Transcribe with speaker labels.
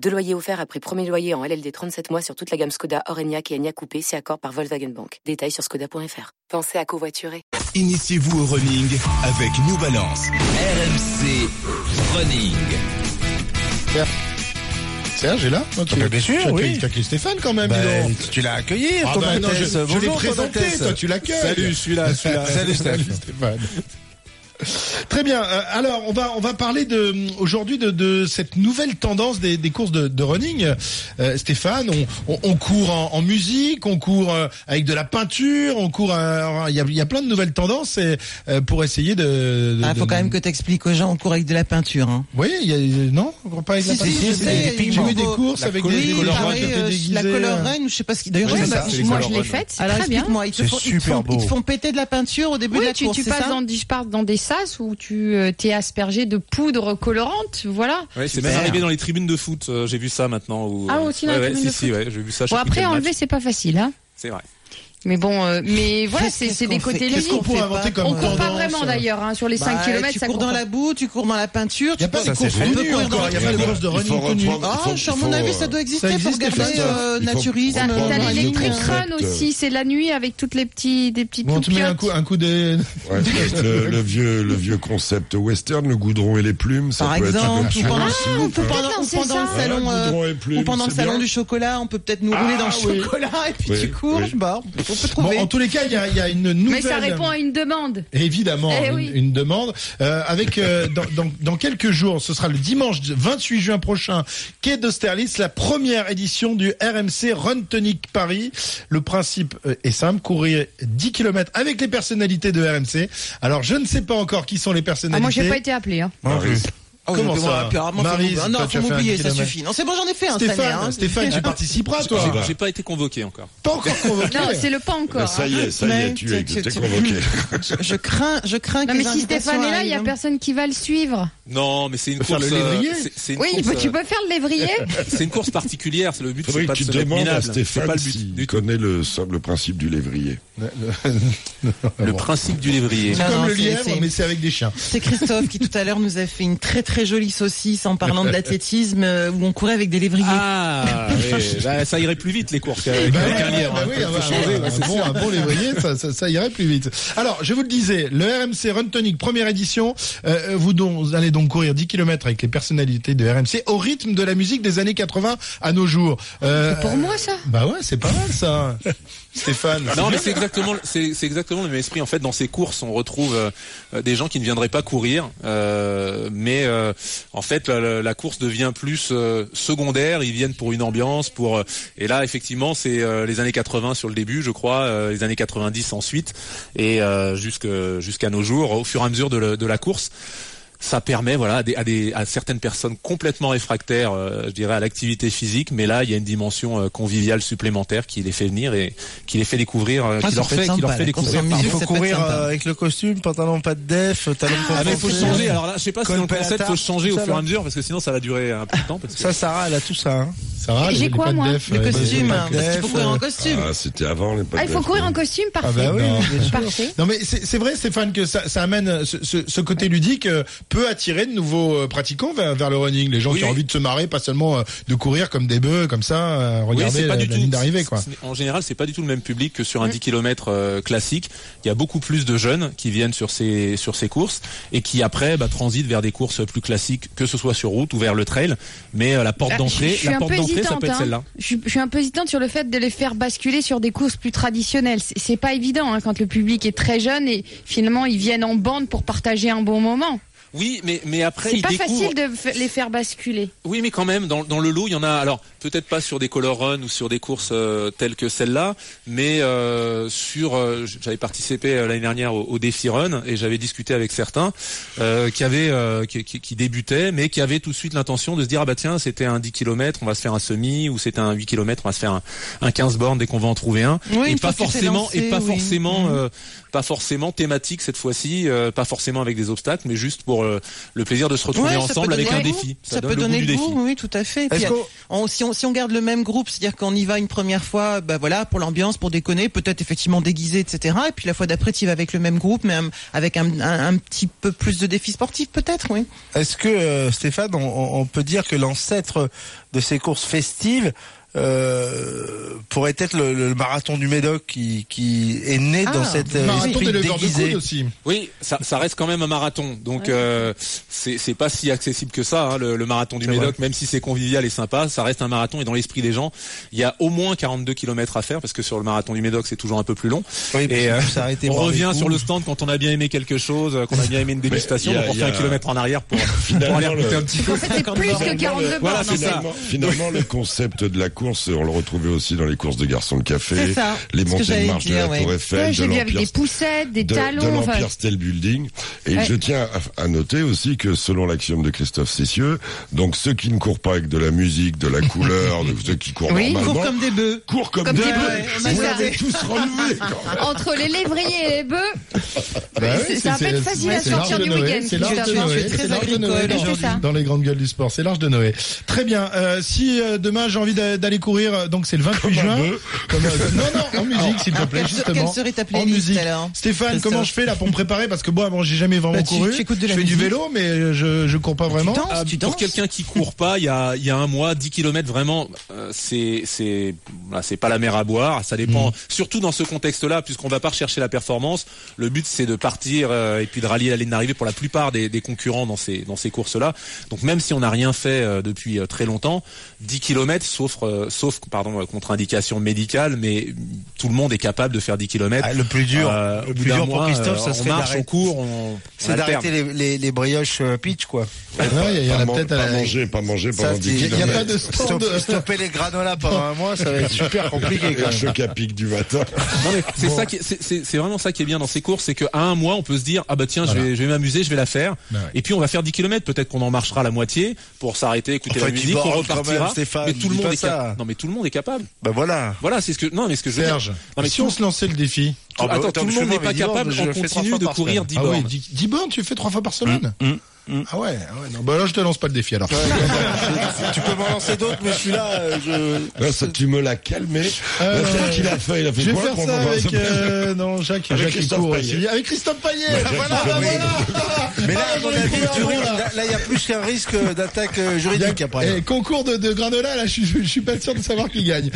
Speaker 1: Deux loyers offerts après premier loyer en LLD 37 mois sur toute la gamme Skoda, Orenia et Enya Coupé, si accord par Volkswagen Bank. Détails sur skoda.fr. Pensez à covoiturer.
Speaker 2: Initiez-vous au running avec New Balance.
Speaker 3: RMC Running.
Speaker 4: Serge est là
Speaker 5: Ah bah, bien sûr,
Speaker 4: Tu as
Speaker 5: oui.
Speaker 4: accueilli- t'as accueilli Stéphane quand même, dis
Speaker 5: Ben,
Speaker 4: donc.
Speaker 5: tu l'as accueilli,
Speaker 4: Ah
Speaker 5: Thomas
Speaker 4: bah non, je,
Speaker 5: Tess.
Speaker 4: je
Speaker 5: Bonjour,
Speaker 4: l'ai
Speaker 5: Thomas
Speaker 4: présenté,
Speaker 5: Tess.
Speaker 4: toi tu l'accueilles.
Speaker 5: Salut, celui-là, celui-là.
Speaker 4: Salut Stéphane. Très bien. euh, alors, on va on va parler de aujourd'hui de, de cette nouvelle tendance des, des courses de, de running. Euh, Stéphane, on, on, on court en, en musique, on court euh, avec de la peinture, on court. euh, Il y, a, il y a plein de nouvelles tendances et, euh, pour essayer de. de-
Speaker 6: Ah, faut
Speaker 4: de-
Speaker 6: quand même que t'expliques aux gens, on court avec de la peinture. Hein.
Speaker 4: Oui, il y a non, on court pas avec la
Speaker 6: Si, si,
Speaker 4: peinture.
Speaker 6: si, si,
Speaker 4: J'ai
Speaker 6: il y a
Speaker 4: vu
Speaker 6: des
Speaker 4: des
Speaker 6: pigments.
Speaker 4: courses
Speaker 5: La
Speaker 4: avec des,
Speaker 5: colis,
Speaker 4: des
Speaker 6: Oui,
Speaker 4: colorants
Speaker 6: pareil,
Speaker 4: qui étaient
Speaker 6: euh,
Speaker 4: déguisés.
Speaker 6: la color reine, je sais pas ce qui. D'ailleurs,
Speaker 4: Ouais,
Speaker 6: je sais
Speaker 7: Ouais,
Speaker 4: ça,
Speaker 7: bah,
Speaker 6: pas.
Speaker 4: c'est les
Speaker 7: moi je
Speaker 4: colorants,
Speaker 7: l'ai
Speaker 4: non.
Speaker 7: faite, c'est
Speaker 6: Alors
Speaker 7: très bien.
Speaker 6: explique-moi, ils, te
Speaker 5: C'est
Speaker 6: font- ils
Speaker 5: super
Speaker 6: te font-
Speaker 5: beau.
Speaker 6: ils te font péter de la peinture au début de
Speaker 7: Oui,
Speaker 6: la
Speaker 7: tu,
Speaker 6: course,
Speaker 7: tu
Speaker 6: c'est
Speaker 7: passes
Speaker 6: ça
Speaker 7: dans, je pars dans des sas où tu euh, t'es aspergé de poudre colorante, voilà.
Speaker 8: Ouais, c'est
Speaker 6: Super.
Speaker 8: même arrivé dans les tribunes de foot. euh, j'ai vu ça maintenant. Où,
Speaker 7: Ah,
Speaker 8: euh,
Speaker 7: aussi dans les
Speaker 8: ouais, ouais,
Speaker 7: tribunes
Speaker 8: si,
Speaker 7: de
Speaker 8: si,
Speaker 7: foot.
Speaker 8: ouais, j'ai vu ça. je
Speaker 7: Bon
Speaker 8: sais plus
Speaker 7: après
Speaker 8: quel match.
Speaker 7: enlever c'est pas facile, hein.
Speaker 8: C'est vrai.
Speaker 7: Mais bon, euh, mais voilà,
Speaker 6: Qu'est-ce
Speaker 7: c'est c'est
Speaker 6: qu'on
Speaker 7: des
Speaker 6: fait
Speaker 7: côtés
Speaker 6: Qu'est-ce
Speaker 4: Qu'est-ce
Speaker 7: légers.
Speaker 6: qu'on
Speaker 4: qu'on pourrait
Speaker 6: fait
Speaker 4: inventer
Speaker 6: pas
Speaker 4: comme
Speaker 7: On court pas
Speaker 4: tendance,
Speaker 7: vraiment
Speaker 4: euh,
Speaker 7: d'ailleurs hein, sur les 5
Speaker 6: Bah,
Speaker 7: km.
Speaker 6: Tu
Speaker 7: ça
Speaker 6: cours
Speaker 7: compte
Speaker 6: dans
Speaker 7: pas.
Speaker 6: la boue, tu cours dans la
Speaker 4: Il
Speaker 6: peinture,
Speaker 4: y
Speaker 6: tu
Speaker 4: a pas
Speaker 6: cours-
Speaker 4: des
Speaker 5: ça, c'est
Speaker 4: courses
Speaker 5: fait.
Speaker 4: connues
Speaker 6: On peut
Speaker 4: encore. Il y a pas
Speaker 5: courir
Speaker 4: de
Speaker 5: dans- il
Speaker 4: courses de
Speaker 5: faut
Speaker 4: running
Speaker 5: reprendre-
Speaker 4: connues.
Speaker 6: Ah,
Speaker 5: faut-
Speaker 6: sur
Speaker 5: il
Speaker 6: mon
Speaker 5: faut,
Speaker 6: avis,
Speaker 5: euh,
Speaker 6: ça doit exister
Speaker 4: ça existe,
Speaker 6: pour regarder
Speaker 4: Christophe.
Speaker 6: euh,
Speaker 5: Il faut
Speaker 6: naturisme.
Speaker 7: T'as
Speaker 5: reprendre
Speaker 7: t'as
Speaker 5: un
Speaker 7: l'électric
Speaker 5: concept,
Speaker 7: run aussi, c'est la nuit avec toutes les petits des petites
Speaker 4: Bon, tu mets un
Speaker 7: loupiottes.
Speaker 4: coup un coup des
Speaker 5: Ouais, peut-être le, le vieux, le vieux concept western, le goudron et les plumes, ça
Speaker 6: Par
Speaker 5: peut
Speaker 6: exemple,
Speaker 5: être
Speaker 6: ou
Speaker 5: une version
Speaker 6: pendant,
Speaker 5: aussi.
Speaker 6: ou pendant- ou
Speaker 7: lancer
Speaker 6: pendant le
Speaker 7: ça.
Speaker 6: salon,
Speaker 5: Voilà,
Speaker 6: euh,
Speaker 5: goudron et plumes,
Speaker 6: ou pendant le
Speaker 5: c'est
Speaker 6: salon
Speaker 5: bien.
Speaker 6: du chocolat, on peut peut-être nous rouler dans le
Speaker 5: oui.
Speaker 6: chocolat et puis
Speaker 5: Oui,
Speaker 6: tu cours,
Speaker 5: oui.
Speaker 6: bah, on peut
Speaker 4: Bon,
Speaker 6: trouver.
Speaker 4: en tous les cas, il y a, il y a une nouvelle.
Speaker 7: Mais ça répond à une demande.
Speaker 4: Évidemment,
Speaker 7: Eh
Speaker 4: une,
Speaker 7: oui.
Speaker 4: une demande. Euh, avec euh, dans, dans, dans quelques jours, ce sera le dimanche 28 juin prochain, quai d'Austerlitz, la première édition du RMC Run Tonic Paris. Le principe euh, est simple courir 10 km avec les personnalités de RMC. Alors, je ne sais pas encore qui sont les personnalités.
Speaker 7: Ah, moi j'ai pas été appelé. Hein.
Speaker 6: Ah oui,
Speaker 4: Comment
Speaker 6: mais bon,
Speaker 4: ça
Speaker 6: puis, alors, moi, faut
Speaker 4: Maryse,
Speaker 6: m'oublier.
Speaker 4: toi, tu
Speaker 6: Non, faut
Speaker 4: as fait un
Speaker 6: m'oublier, ça
Speaker 4: kilomètre.
Speaker 6: suffine. Non, c'est bon, j'en ai fait un cette année.
Speaker 4: Stéphane,
Speaker 6: hein.
Speaker 4: Stéphane, tu participeras, toi.
Speaker 8: J'ai- J'ai pas été convoqué encore.
Speaker 4: Pas encore convoqué.
Speaker 7: Non, c'est le pas encore.
Speaker 5: Ah, Ça
Speaker 7: hein.
Speaker 5: y est, ça y est,
Speaker 6: Mais
Speaker 5: tu es,
Speaker 6: tu-
Speaker 5: tu t'es
Speaker 6: tu-
Speaker 5: convoqué.
Speaker 6: Je, je crains, je crains que
Speaker 7: Non mais
Speaker 6: les
Speaker 7: si
Speaker 6: invitations
Speaker 7: Stéphane est là, il y a
Speaker 6: arrivent.
Speaker 7: personne qui va le suivre.
Speaker 8: Non, mais c'est une
Speaker 4: Faire
Speaker 8: course.
Speaker 4: le
Speaker 8: euh,
Speaker 4: lévrier
Speaker 8: c'est- c'est une
Speaker 7: Oui,
Speaker 8: course,
Speaker 7: mais tu
Speaker 8: euh,
Speaker 7: peux faire le lévrier.
Speaker 8: C'est une course particulière. C'est le but,
Speaker 5: Faudrait
Speaker 8: c'est
Speaker 5: que
Speaker 8: pas de
Speaker 5: tu
Speaker 8: se mettre
Speaker 5: demandes à
Speaker 8: minable. C'est pas
Speaker 5: Stéphane
Speaker 8: le but.
Speaker 5: s'il
Speaker 8: du tout.
Speaker 5: connaît le, le principe du lévrier.
Speaker 8: Le principe du lévrier.
Speaker 5: Ah,
Speaker 6: Non,
Speaker 4: Comme
Speaker 6: non,
Speaker 4: le
Speaker 6: c'est-
Speaker 4: lièvre,
Speaker 6: c'est-
Speaker 4: mais c'est avec des chiens.
Speaker 6: C'est Christophe qui tout à l'heure nous a fait une très très jolie saucisse en parlant de l'athlétisme euh, où on courait avec des lévriers.
Speaker 8: Ah, oui, bah, ça irait plus vite les courses qu'avec
Speaker 4: Bah
Speaker 8: avec
Speaker 4: ouais,
Speaker 8: un lièvre.
Speaker 4: bah
Speaker 8: hein.
Speaker 4: oui,
Speaker 8: Faut
Speaker 4: ah bah,
Speaker 8: changer,
Speaker 4: un
Speaker 8: ouais, c'est
Speaker 4: bon-
Speaker 8: sûr.
Speaker 4: un bon lévrier, ça, ça, ça irait plus vite. Alors, je vous le disais, le RMC Run Tonic, première édition. Euh, vous, donc- vous allez donc courir 10 km avec les personnalités de RMC au rythme de la musique des années 80 à nos jours. Euh,
Speaker 7: Pour moi ça.
Speaker 4: Bah ouais, c'est pas mal ça, Stéphane.
Speaker 8: Non, mais c'est exactement, c'est c'est exactement le même esprit. En fait, dans ces courses, on retrouve euh, euh, des gens qui ne viendraient pas courir, euh, mais euh, en fait, la- la, la course devient plus euh, secondaire. Ils viennent pour une ambiance, pour euh, et là, effectivement, c'est euh, les années 80 sur le début, je crois, euh, les années 90 ensuite, et euh, jusque- jusqu'à nos jours, au fur et à mesure de, le- de la course. Ça permet voilà à, des, à, des, à certaines personnes complètement réfractaires, euh, je dirais, à l'activité physique, mais là il y a une dimension euh, conviviale supplémentaire qui les fait venir et qui les fait découvrir, euh,
Speaker 6: Ah,
Speaker 8: qui
Speaker 6: ça
Speaker 8: leur
Speaker 6: peut
Speaker 8: fait,
Speaker 6: être
Speaker 8: qui leur
Speaker 6: sympa,
Speaker 8: fait
Speaker 6: la course en
Speaker 8: découvrir.
Speaker 6: musique.
Speaker 8: par-
Speaker 9: Il faut
Speaker 6: Ça peut être
Speaker 9: courir
Speaker 6: sympa.
Speaker 9: euh, avec le costume, pantalon pas de def, talon
Speaker 8: Ah
Speaker 9: pas
Speaker 8: mais faut
Speaker 9: porté.
Speaker 8: changer. Alors là, je sais pas si
Speaker 9: Colle
Speaker 8: dans le
Speaker 9: pas la
Speaker 8: concept, faut
Speaker 9: tarte,
Speaker 8: changer au
Speaker 9: ça
Speaker 8: fur et
Speaker 9: va.
Speaker 8: à mesure parce que sinon ça va durer un peu de temps. Parce que...
Speaker 9: Ça, Sarah, elle a tout ça. hein.
Speaker 4: Sarah,
Speaker 7: J'ai
Speaker 4: les
Speaker 7: quoi,
Speaker 4: pattes
Speaker 7: moi
Speaker 4: d'œuf,
Speaker 6: le
Speaker 4: ouais,
Speaker 6: costume,
Speaker 4: les
Speaker 6: hein,
Speaker 4: pattes
Speaker 6: parce
Speaker 4: d'œuf,
Speaker 6: qu'il faut courir en
Speaker 4: euh,
Speaker 6: costume.
Speaker 5: Ah, c'était avant les hein.
Speaker 7: Ah, il faut courir en costume,
Speaker 4: Ah bah
Speaker 7: parfait.
Speaker 4: oui,
Speaker 9: Non.
Speaker 4: bien sûr.
Speaker 7: Parfait.
Speaker 4: Non mais c'est c'est vrai Stéphane que ça, ça amène euh, ce, ce- ce côté ludique euh, peut attirer de nouveaux euh, pratiquants vers, vers le running, les gens
Speaker 8: Oui,
Speaker 4: qui ont
Speaker 8: oui.
Speaker 4: envie de se marrer, pas seulement euh, de courir comme des bœufs comme ça, euh, regarder
Speaker 8: c'est
Speaker 4: la,
Speaker 8: pas du
Speaker 4: la
Speaker 8: tout-
Speaker 4: ligne d'arrivée quoi.
Speaker 8: c'est- c'est- En général, c'est pas du tout le même public que
Speaker 7: Mm.
Speaker 8: sur un 10 km euh, classique. Il y a beaucoup plus de jeunes qui viennent sur ces sur ces courses et qui après bah, transitent vers des courses plus classiques, que ce soit sur route ou vers le trail. Mais euh, la porte
Speaker 7: Ah, je
Speaker 8: d'entrée,
Speaker 7: suis
Speaker 8: la
Speaker 7: un
Speaker 8: porte
Speaker 7: peu
Speaker 8: d'entrée, ça
Speaker 7: hésitante,
Speaker 8: peut être
Speaker 7: hein.
Speaker 8: celle-là.
Speaker 7: Je, suis- je suis un peu hésitante sur le fait de les faire basculer sur des courses plus traditionnelles. C'est- C'est pas évident hein, quand le public est très jeune et finalement ils viennent en bande pour partager un bon moment.
Speaker 8: Oui, mais, mais après,
Speaker 7: C'est
Speaker 8: ils
Speaker 7: pas
Speaker 8: découvrent-
Speaker 7: facile de f- les faire basculer.
Speaker 8: Oui, mais quand même, dans, dans le lot, il y en a. Alors, peut-être pas sur des color run ou sur des courses euh, telles que celle-là, mais euh, sur. euh, j'avais participé euh, l'année dernière au, au défi run et j'avais discuté avec certains euh, qui avaient, euh, qui, qui- qui débutaient, mais qui avaient tout de suite l'intention de se dire ah bah tiens, c'était un 10 km, on va se faire un semi, ou c'était un 8 km, on va se faire un, un 15 bornes dès qu'on va en trouver un.
Speaker 6: Oui,
Speaker 8: et
Speaker 6: une
Speaker 8: pas
Speaker 6: fois que tu t'es
Speaker 8: forcément,
Speaker 6: lancé,
Speaker 8: et pas
Speaker 6: oui.
Speaker 8: forcément,
Speaker 6: Mhm.
Speaker 8: euh, pas forcément thématique cette fois-ci, euh, pas forcément avec des obstacles, mais juste pour euh, le plaisir de se retrouver
Speaker 6: Ouais, ça
Speaker 8: ensemble
Speaker 6: peut
Speaker 8: avec
Speaker 6: donner
Speaker 8: un
Speaker 6: le goût.
Speaker 8: défi.
Speaker 6: Ça, peut donner le
Speaker 8: défi.
Speaker 6: goût, oui, tout à fait. Et
Speaker 9: Est-ce
Speaker 6: puis,
Speaker 9: qu'on-
Speaker 6: on- si, on, si on garde le même groupe, c'est-à-dire qu'on y va une première fois, bah voilà, pour l'ambiance, pour déconner, peut-être effectivement déguisé, etc. Et puis la fois d'après, tu y vas avec le même groupe, mais un- avec un, un- un petit peu plus de défis sportifs, peut-être, oui.
Speaker 9: Est-ce que euh, Stéphane, on- on, on peut dire que l'ancêtre de ces courses festives euh, pourrait être le, le marathon du Médoc qui, qui est né
Speaker 6: Ah,
Speaker 9: dans cette
Speaker 4: Le
Speaker 9: euh,
Speaker 4: marathon
Speaker 9: esprit
Speaker 4: des leveurs de
Speaker 9: déguisé
Speaker 4: coude aussi.
Speaker 8: Oui, ça, ça reste quand même un marathon, donc euh, c'est c'est pas si accessible que ça. hein, le, le marathon du
Speaker 9: C'est
Speaker 8: Médoc, même si c'est convivial et sympa, ça reste un marathon et dans l'esprit des gens, il y a au moins 42 kilomètres à faire parce que sur le marathon du Médoc, c'est toujours un peu plus long.
Speaker 9: Oui, parce
Speaker 8: et
Speaker 9: qu'on s'est arrêté
Speaker 8: on
Speaker 9: boire des
Speaker 8: revient
Speaker 9: coups.
Speaker 8: sur le stand quand on a bien aimé quelque chose, euh, qu'on a bien aimé une dégustation,
Speaker 5: il y a-
Speaker 8: donc on
Speaker 5: il y
Speaker 8: fait un
Speaker 5: a-
Speaker 8: kilomètre en arrière pour, pour aller
Speaker 5: le-
Speaker 8: goûter un petit peu.
Speaker 7: En fait, c'est plus que 42
Speaker 8: Voilà,
Speaker 7: bornes. hein.
Speaker 8: c'est ça.
Speaker 5: Finalement, finalement, le concept de la course, on le retrouvait aussi dans les courses de garçons de
Speaker 6: C'est
Speaker 5: café,
Speaker 6: ça,
Speaker 5: les
Speaker 6: ce que
Speaker 5: montées
Speaker 6: j'allais
Speaker 5: de marche de
Speaker 6: dire,
Speaker 5: la
Speaker 6: ouais.
Speaker 5: Tour
Speaker 7: Ouais,
Speaker 5: Eiffel, de
Speaker 7: J'ai vu avec
Speaker 5: l'Empire
Speaker 7: des poussettes, des
Speaker 5: de, de
Speaker 7: talons. enfin,
Speaker 5: l'Empire State Building. Et
Speaker 7: Ouais.
Speaker 5: je tiens à, à noter aussi que selon l'axiome de Christophe Cessieux, donc ceux qui ne courent pas avec de la musique, de la couleur, de ceux qui courent
Speaker 6: Oui,
Speaker 5: normalement,
Speaker 6: cours comme des bœufs.
Speaker 5: courent comme,
Speaker 7: Comme
Speaker 5: des
Speaker 7: des
Speaker 5: bœufs.
Speaker 7: bœufs, c'est
Speaker 5: Vous
Speaker 7: ça.
Speaker 5: l'avez tous relevé quand même.
Speaker 7: Entre les lévriers et les bœufs,
Speaker 4: Bah
Speaker 7: c'est-
Speaker 4: oui,
Speaker 7: ça
Speaker 4: c'est-
Speaker 7: va pas être
Speaker 4: c'est-
Speaker 7: facile à
Speaker 4: c'est
Speaker 7: sortir
Speaker 4: l'arche
Speaker 7: du
Speaker 4: de Noé,
Speaker 7: week-end,
Speaker 4: C'est l'arche de
Speaker 7: Christophe.
Speaker 4: Noé.
Speaker 6: Je suis
Speaker 4: C'est
Speaker 6: très
Speaker 4: l'arche de Noé
Speaker 6: agricole
Speaker 4: dans-
Speaker 7: aujourd'hui.
Speaker 4: dans les grandes gueules du sport. C'est l'arche de Noé. Très bien. Euh, si euh, demain j'ai envie d'a- d'aller courir, euh, donc c'est le 28
Speaker 5: Comme un
Speaker 4: juin.
Speaker 5: bœuf.
Speaker 4: Comme, euh, non, non, en musique, s'il te
Speaker 6: Alors,
Speaker 4: plaît,
Speaker 6: quelle-
Speaker 4: justement.
Speaker 6: quelle serait ta
Speaker 4: en
Speaker 6: playlist,
Speaker 4: musique.
Speaker 6: alors
Speaker 4: Stéphane,
Speaker 6: Christophe
Speaker 4: comment je fais là pour me préparer Parce que moi, bon, j'ai jamais vraiment
Speaker 6: Bah, tu-
Speaker 4: couru.
Speaker 6: tu écoutes de la
Speaker 4: je fais du
Speaker 6: musique.
Speaker 4: vélo, mais je, je cours pas vraiment.
Speaker 6: danses,
Speaker 8: Ah,
Speaker 6: tu
Speaker 8: pour
Speaker 6: danses.
Speaker 8: quelqu'un qui court pas, il y a, il y a un mois, 10 km vraiment, euh, c'est c'est voilà, c'est pas la mer à boire. Ça
Speaker 6: Mm.
Speaker 8: dépend. Surtout dans ce contexte-là, puisqu'on va pas rechercher la performance. Le but c'est de partir euh, et puis de rallier la ligne d'arrivée pour la plupart des, des concurrents dans ces dans ces courses-là. Donc même si on n'a rien fait euh, depuis euh, très longtemps, 10 km sauf euh, sauf pardon euh, contre-indication médicale, mais euh, tout le monde est capable de faire 10 km.
Speaker 9: Ah, le plus dur,
Speaker 8: Euh, au
Speaker 9: le
Speaker 8: bout
Speaker 9: plus
Speaker 8: d'un
Speaker 9: dur pour
Speaker 8: mois,
Speaker 9: Christophe,
Speaker 8: euh,
Speaker 9: ça
Speaker 8: on
Speaker 9: serait
Speaker 8: marche, on
Speaker 9: d'arrêter-
Speaker 8: court, on, on
Speaker 9: c'est
Speaker 8: alterne.
Speaker 9: d'arrêter les, les, les brioches euh, pitch quoi.
Speaker 4: Ouais, Il y en
Speaker 5: Pas
Speaker 4: a
Speaker 5: man-
Speaker 4: peut-être à
Speaker 5: pas
Speaker 4: la-
Speaker 5: manger, pas manger
Speaker 9: Ça,
Speaker 5: pendant
Speaker 9: c'est-
Speaker 5: 10
Speaker 9: il
Speaker 4: Il n'y a pas
Speaker 5: km.
Speaker 4: de stand.
Speaker 9: Stop- Stopper les granolas pendant un mois, ça va être super compliqué quand
Speaker 5: La
Speaker 9: même.
Speaker 5: choc à pic du matin.
Speaker 8: Non mais c'est ça qui c'est- c'est c'est vraiment ça qui est bien dans ces courses, c'est qu'à un mois on peut se dire ah bah tiens je vais je vais m'amuser, je vais la faire
Speaker 4: Bah ouais.
Speaker 8: et puis on va faire 10 km peut-être qu'on en marchera la moitié pour s'arrêter, écouter
Speaker 9: Enfin,
Speaker 8: la
Speaker 9: tu
Speaker 8: musique,
Speaker 9: bornes
Speaker 8: on
Speaker 9: quand même,
Speaker 8: repartira.
Speaker 9: Stéphane,
Speaker 8: mais tout le
Speaker 9: dis
Speaker 8: monde
Speaker 9: pas
Speaker 8: est capable.
Speaker 9: ça.
Speaker 8: Non mais tout le monde est capable.
Speaker 9: Bah voilà.
Speaker 8: Voilà, c'est ce que non mais ce que je veux dire.
Speaker 4: Serge,
Speaker 8: Non, mais
Speaker 4: si
Speaker 8: tout-
Speaker 4: on se lançait le défi
Speaker 9: Ah bah,
Speaker 8: Attends,
Speaker 9: autant
Speaker 8: tout le
Speaker 9: de
Speaker 8: monde n'est
Speaker 9: chemin,
Speaker 8: pas
Speaker 9: mais dis donc,
Speaker 8: capable
Speaker 9: je
Speaker 8: en
Speaker 9: le fais trois
Speaker 8: continu
Speaker 9: fois
Speaker 8: de
Speaker 9: par
Speaker 8: courir
Speaker 9: semaine.
Speaker 8: 10
Speaker 4: Ah oui,
Speaker 8: bornes.
Speaker 4: 10, bornes, tu le fais trois fois par semaine
Speaker 6: Mm,
Speaker 4: Ah ouais, ah ouais, non, bah là je te lance pas le défi alors.
Speaker 9: tu peux m'en lancer d'autres, mais celui-là, euh, je.
Speaker 5: Là, ça, tu me l'as calmé.
Speaker 4: Euh,
Speaker 5: Là, celle qu'il a fait, il a fait
Speaker 4: Je vais
Speaker 5: quoi
Speaker 4: faire
Speaker 5: pour
Speaker 4: ça
Speaker 5: mon-
Speaker 4: avec euh, non Jacques, Jacques
Speaker 5: Christophe
Speaker 4: Ricourt
Speaker 5: Payet.
Speaker 4: aussi. Avec Christophe Payet. voilà,
Speaker 5: Ricourt,
Speaker 4: voilà.
Speaker 9: Mais là,
Speaker 4: Ah,
Speaker 9: à mon
Speaker 4: j'en ai
Speaker 9: avis,
Speaker 4: trouvé
Speaker 9: tu
Speaker 4: un,
Speaker 9: risques-
Speaker 4: là.
Speaker 9: là, là, il y a plus qu'un risque d'attaque euh,
Speaker 4: Il y a-
Speaker 9: juridique après.
Speaker 4: eh, concours de, de granola, là, je, suis- je suis pas sûr de savoir qui gagne.